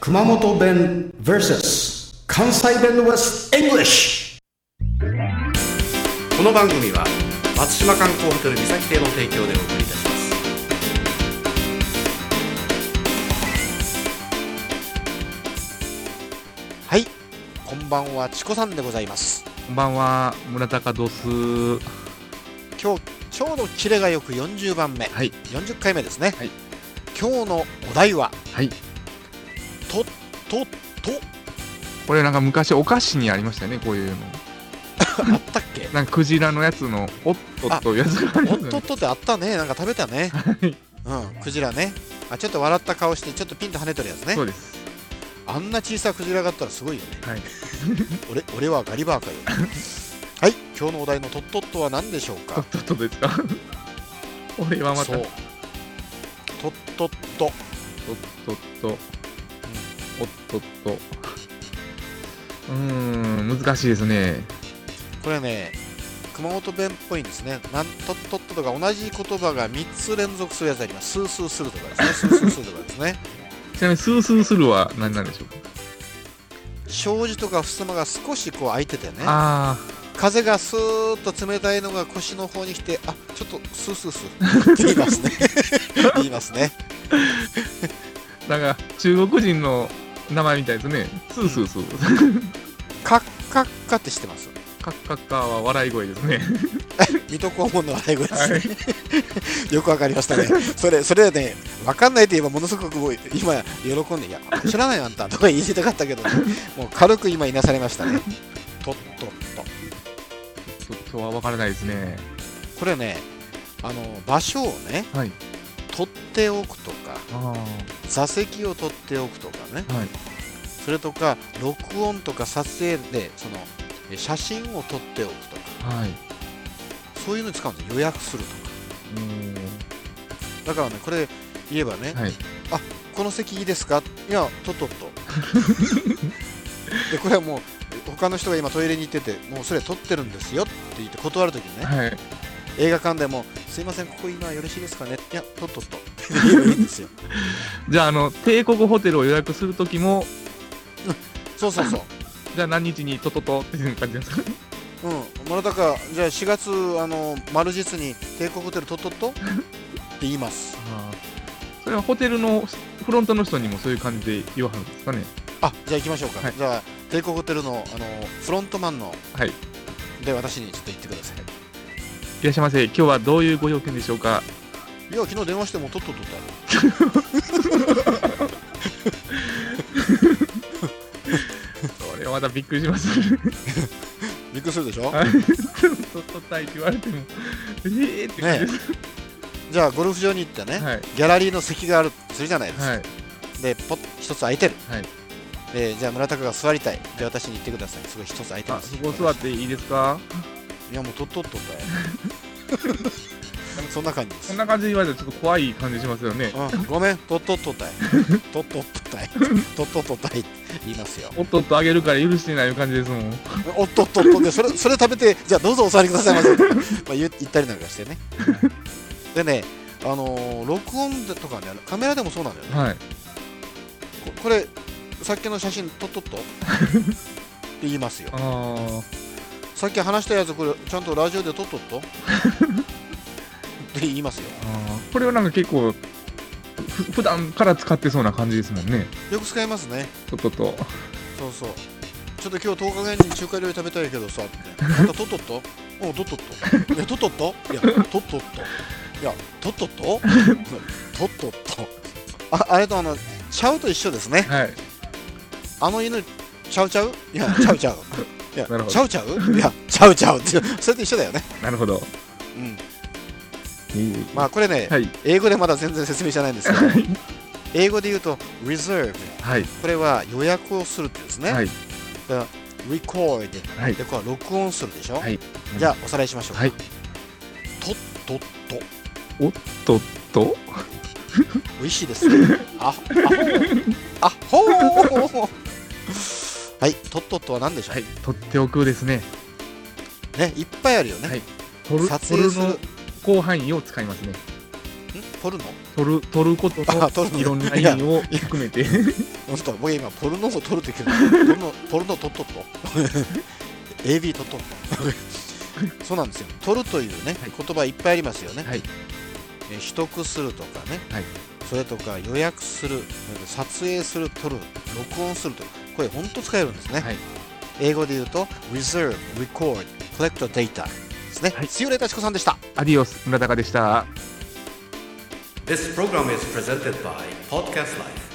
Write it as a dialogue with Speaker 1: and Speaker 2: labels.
Speaker 1: 熊本弁 vs 関西弁 vs English
Speaker 2: この番組は松島観光ホテル三崎邸の提供でお送りいたします
Speaker 3: はい、こんばんは、チコさんでございます。
Speaker 4: こんばんは、村高ドス。は
Speaker 3: 今日、今日のキレがよく40番目、
Speaker 4: い、
Speaker 3: 40回目ですね。
Speaker 4: はい
Speaker 3: 今日のお題は、
Speaker 4: はい、
Speaker 3: と、と、と、
Speaker 4: これなんか昔お菓子にありましたよね、こういうの。
Speaker 3: あったっ け
Speaker 4: なんかクジラのやつの、おっとっというやつがありま
Speaker 3: お
Speaker 4: す
Speaker 3: っ
Speaker 4: よ
Speaker 3: とっ
Speaker 4: ね。
Speaker 3: とってあったね、なんか食べたね。うん、クジラね。あ、ちょっと笑った顔して、ちょっとピンと跳ねてるやつね
Speaker 4: そ。うです。
Speaker 3: あんな小さいクジラがあったらすごいよね。
Speaker 4: はい、
Speaker 3: 俺、俺はガリバーかよ。 はい、今日のお題のとっとっとは何でしょう
Speaker 4: お
Speaker 3: か
Speaker 4: っ。とっとですか。 俺はまた、
Speaker 3: そ
Speaker 4: お
Speaker 3: う
Speaker 4: っ。
Speaker 3: とっとっと。
Speaker 4: とっと。おっとっと。うーん、難しいですね。
Speaker 3: これね熊本弁っぽいんですねなんとっとっととか同じ言葉が3つ連続するやつありますスースーするとかですねスースーするとかですね
Speaker 4: ちなみに、スースーするは何なんでしょうか。
Speaker 3: 障子とか襖が少しこう開いててね
Speaker 4: あ
Speaker 3: 風がスーッと冷たいのが腰の方に来てあちょっとスースースーって言いますね 言いますね
Speaker 4: あ、なんか中国人の名前みたいですね。スースースー。
Speaker 3: カッカッカってしてます
Speaker 4: カッカッカーは笑い声ですね。
Speaker 3: 水戸黄門の笑い声です
Speaker 4: は
Speaker 3: ね、
Speaker 4: い。
Speaker 3: よくわかりましたね。 それ、それはね、わかんないと言えばものすごくもう今喜んで、いや、知らないよあんたとか言いたかったけ ど、もう軽く今いなされましたね。とっとっと。
Speaker 4: ちょっとは分からないですね。
Speaker 3: これね、あの、場所をね、
Speaker 4: はい。
Speaker 3: 取っておくとか、
Speaker 4: あ
Speaker 3: 座席を取っておくとかね、
Speaker 4: あ。はい。
Speaker 3: それとか、録音とか撮影で、その、え写真を撮っておくとか、
Speaker 4: はい。
Speaker 3: そういうのに使うんですよ。予約するとか。
Speaker 4: う
Speaker 3: だからね、これ言えばね、
Speaker 4: ーんはい。
Speaker 3: この席いいですかいやとっとっ とでこれはもう他の人が今トイレに行っててもうそれ撮ってるんですよって言って断るときにね
Speaker 4: はい。
Speaker 3: 映画館でもすいませんここ今よろしいですかねいやとっ とっとって言えばいいんですよ
Speaker 4: じゃあ、あの、帝国ホテルを予約するときも、
Speaker 3: そうそうそう
Speaker 4: じゃあ何日にトトトっていう感じですか
Speaker 3: うん村高じゃあ4月あの丸日に帝国ホテルとっとっとって言います
Speaker 4: ああ。それはホテルのフロントの人にもそういう感じで言わはるんですかね。
Speaker 3: あじゃあ行きましょうか、
Speaker 4: はい
Speaker 3: じゃあ帝国ホテルのあのフロントマンの
Speaker 4: はい。い
Speaker 3: で私にちょっと言ってください
Speaker 4: らっしゃいませ。今日はどういうご用件でしょうか
Speaker 3: いや昨日電話してもとっとっとって
Speaker 4: それはまたびっくりします。
Speaker 3: びっくりするでしょ
Speaker 4: はい。トトタイって言われても、ええー、って感じです。
Speaker 3: じゃあゴルフ場に行ってね、
Speaker 4: はい。
Speaker 3: ギャラリーの席があるとするじゃないですか、
Speaker 4: はい。
Speaker 3: でポッ一つ空いてる、
Speaker 4: はい
Speaker 3: えーじゃあ村高が座りたいで私に言ってくださいすごい一つ空いて
Speaker 4: あ、
Speaker 3: ます
Speaker 4: そこ座っていいですか
Speaker 3: いやもうとっとっとだよ そんな感じで
Speaker 4: そ
Speaker 3: す
Speaker 4: んな感じで言われたらちょっと怖い感じしますよね。
Speaker 3: うん、ごめん、とっとっとた い、とっとっとたい、とっとっとたいって言いますよ。
Speaker 4: おっとっとあげるから許してないいう感じですもん。
Speaker 3: おっとっとっとで、それそれ食べて、じゃあどうぞお座りくださいま せとか、まあ、言言ったりなんかしてね。でね、あのー録音でとかね、あのカメラでもそうなんだよね。
Speaker 4: はい。
Speaker 3: ここれさっきの写真撮っ とっとって言いますよ
Speaker 4: ああ。
Speaker 3: さっき話したやつこれちゃんとラジオで撮っとっとって言いますよ
Speaker 4: あーこれはなんか結構ふ普段から使ってそうな感じですもんね
Speaker 3: よく使いますね
Speaker 4: とっとと
Speaker 3: そうそうちょっと今日10日間に中華料理食べたいけどさって「あんた撮っとっとおう撮っとっと」いや「撮っとっと」いや「撮っとっと」いや「撮っとっと」「撮っとっと」ああれとあのちゃうと一緒ですね
Speaker 4: はい
Speaker 3: あの犬、ちゃうちゃういや、ちゃうちゃう。いや、
Speaker 4: なるほど
Speaker 3: ちゃうちゃういや、ちゃうちゃうって、それと一緒だよね。
Speaker 4: なるほど
Speaker 3: うん。まあ、これね、
Speaker 4: はい
Speaker 3: 英語でまだ全然説明してないんですけど、英語で言うと、reserve。
Speaker 4: はい
Speaker 3: これは予約をするってですね。
Speaker 4: はい
Speaker 3: record。
Speaker 4: はい
Speaker 3: で、これは録音するでしょ。
Speaker 4: はい
Speaker 3: じゃあ、おさらいしましょうか。
Speaker 4: はい
Speaker 3: とっとっと。
Speaker 4: とっと
Speaker 3: 美味しいです ね。あ、あほー。あほー。はい、とっとっとは何でしょう、
Speaker 4: はいとっておくですね
Speaker 3: ね、いっぱいあるよね。
Speaker 4: はい撮る
Speaker 3: 撮
Speaker 4: 撮
Speaker 3: 影
Speaker 4: る
Speaker 3: する
Speaker 4: の広範囲を使いますね
Speaker 3: ポルノ
Speaker 4: 取る取ること
Speaker 3: あ取る
Speaker 4: の
Speaker 3: の
Speaker 4: いろんな意味を含めて
Speaker 3: うんと僕今ポルノを撮るって言ってるけどポルノポルノ撮っとっ と AB 撮っとっとそうなんですよ撮るというね、言葉いっぱいありますよね、
Speaker 4: はい
Speaker 3: えー取得するとかね、
Speaker 4: はい
Speaker 3: それとか予約する撮影する撮る録音するとこれ本当使えるんですね、
Speaker 4: はい
Speaker 3: 英語で言うと reserve record collect data ですね、
Speaker 4: はい
Speaker 3: See you later チコさんでした
Speaker 4: アディオス村高でした
Speaker 2: This program is presented by Podcast Life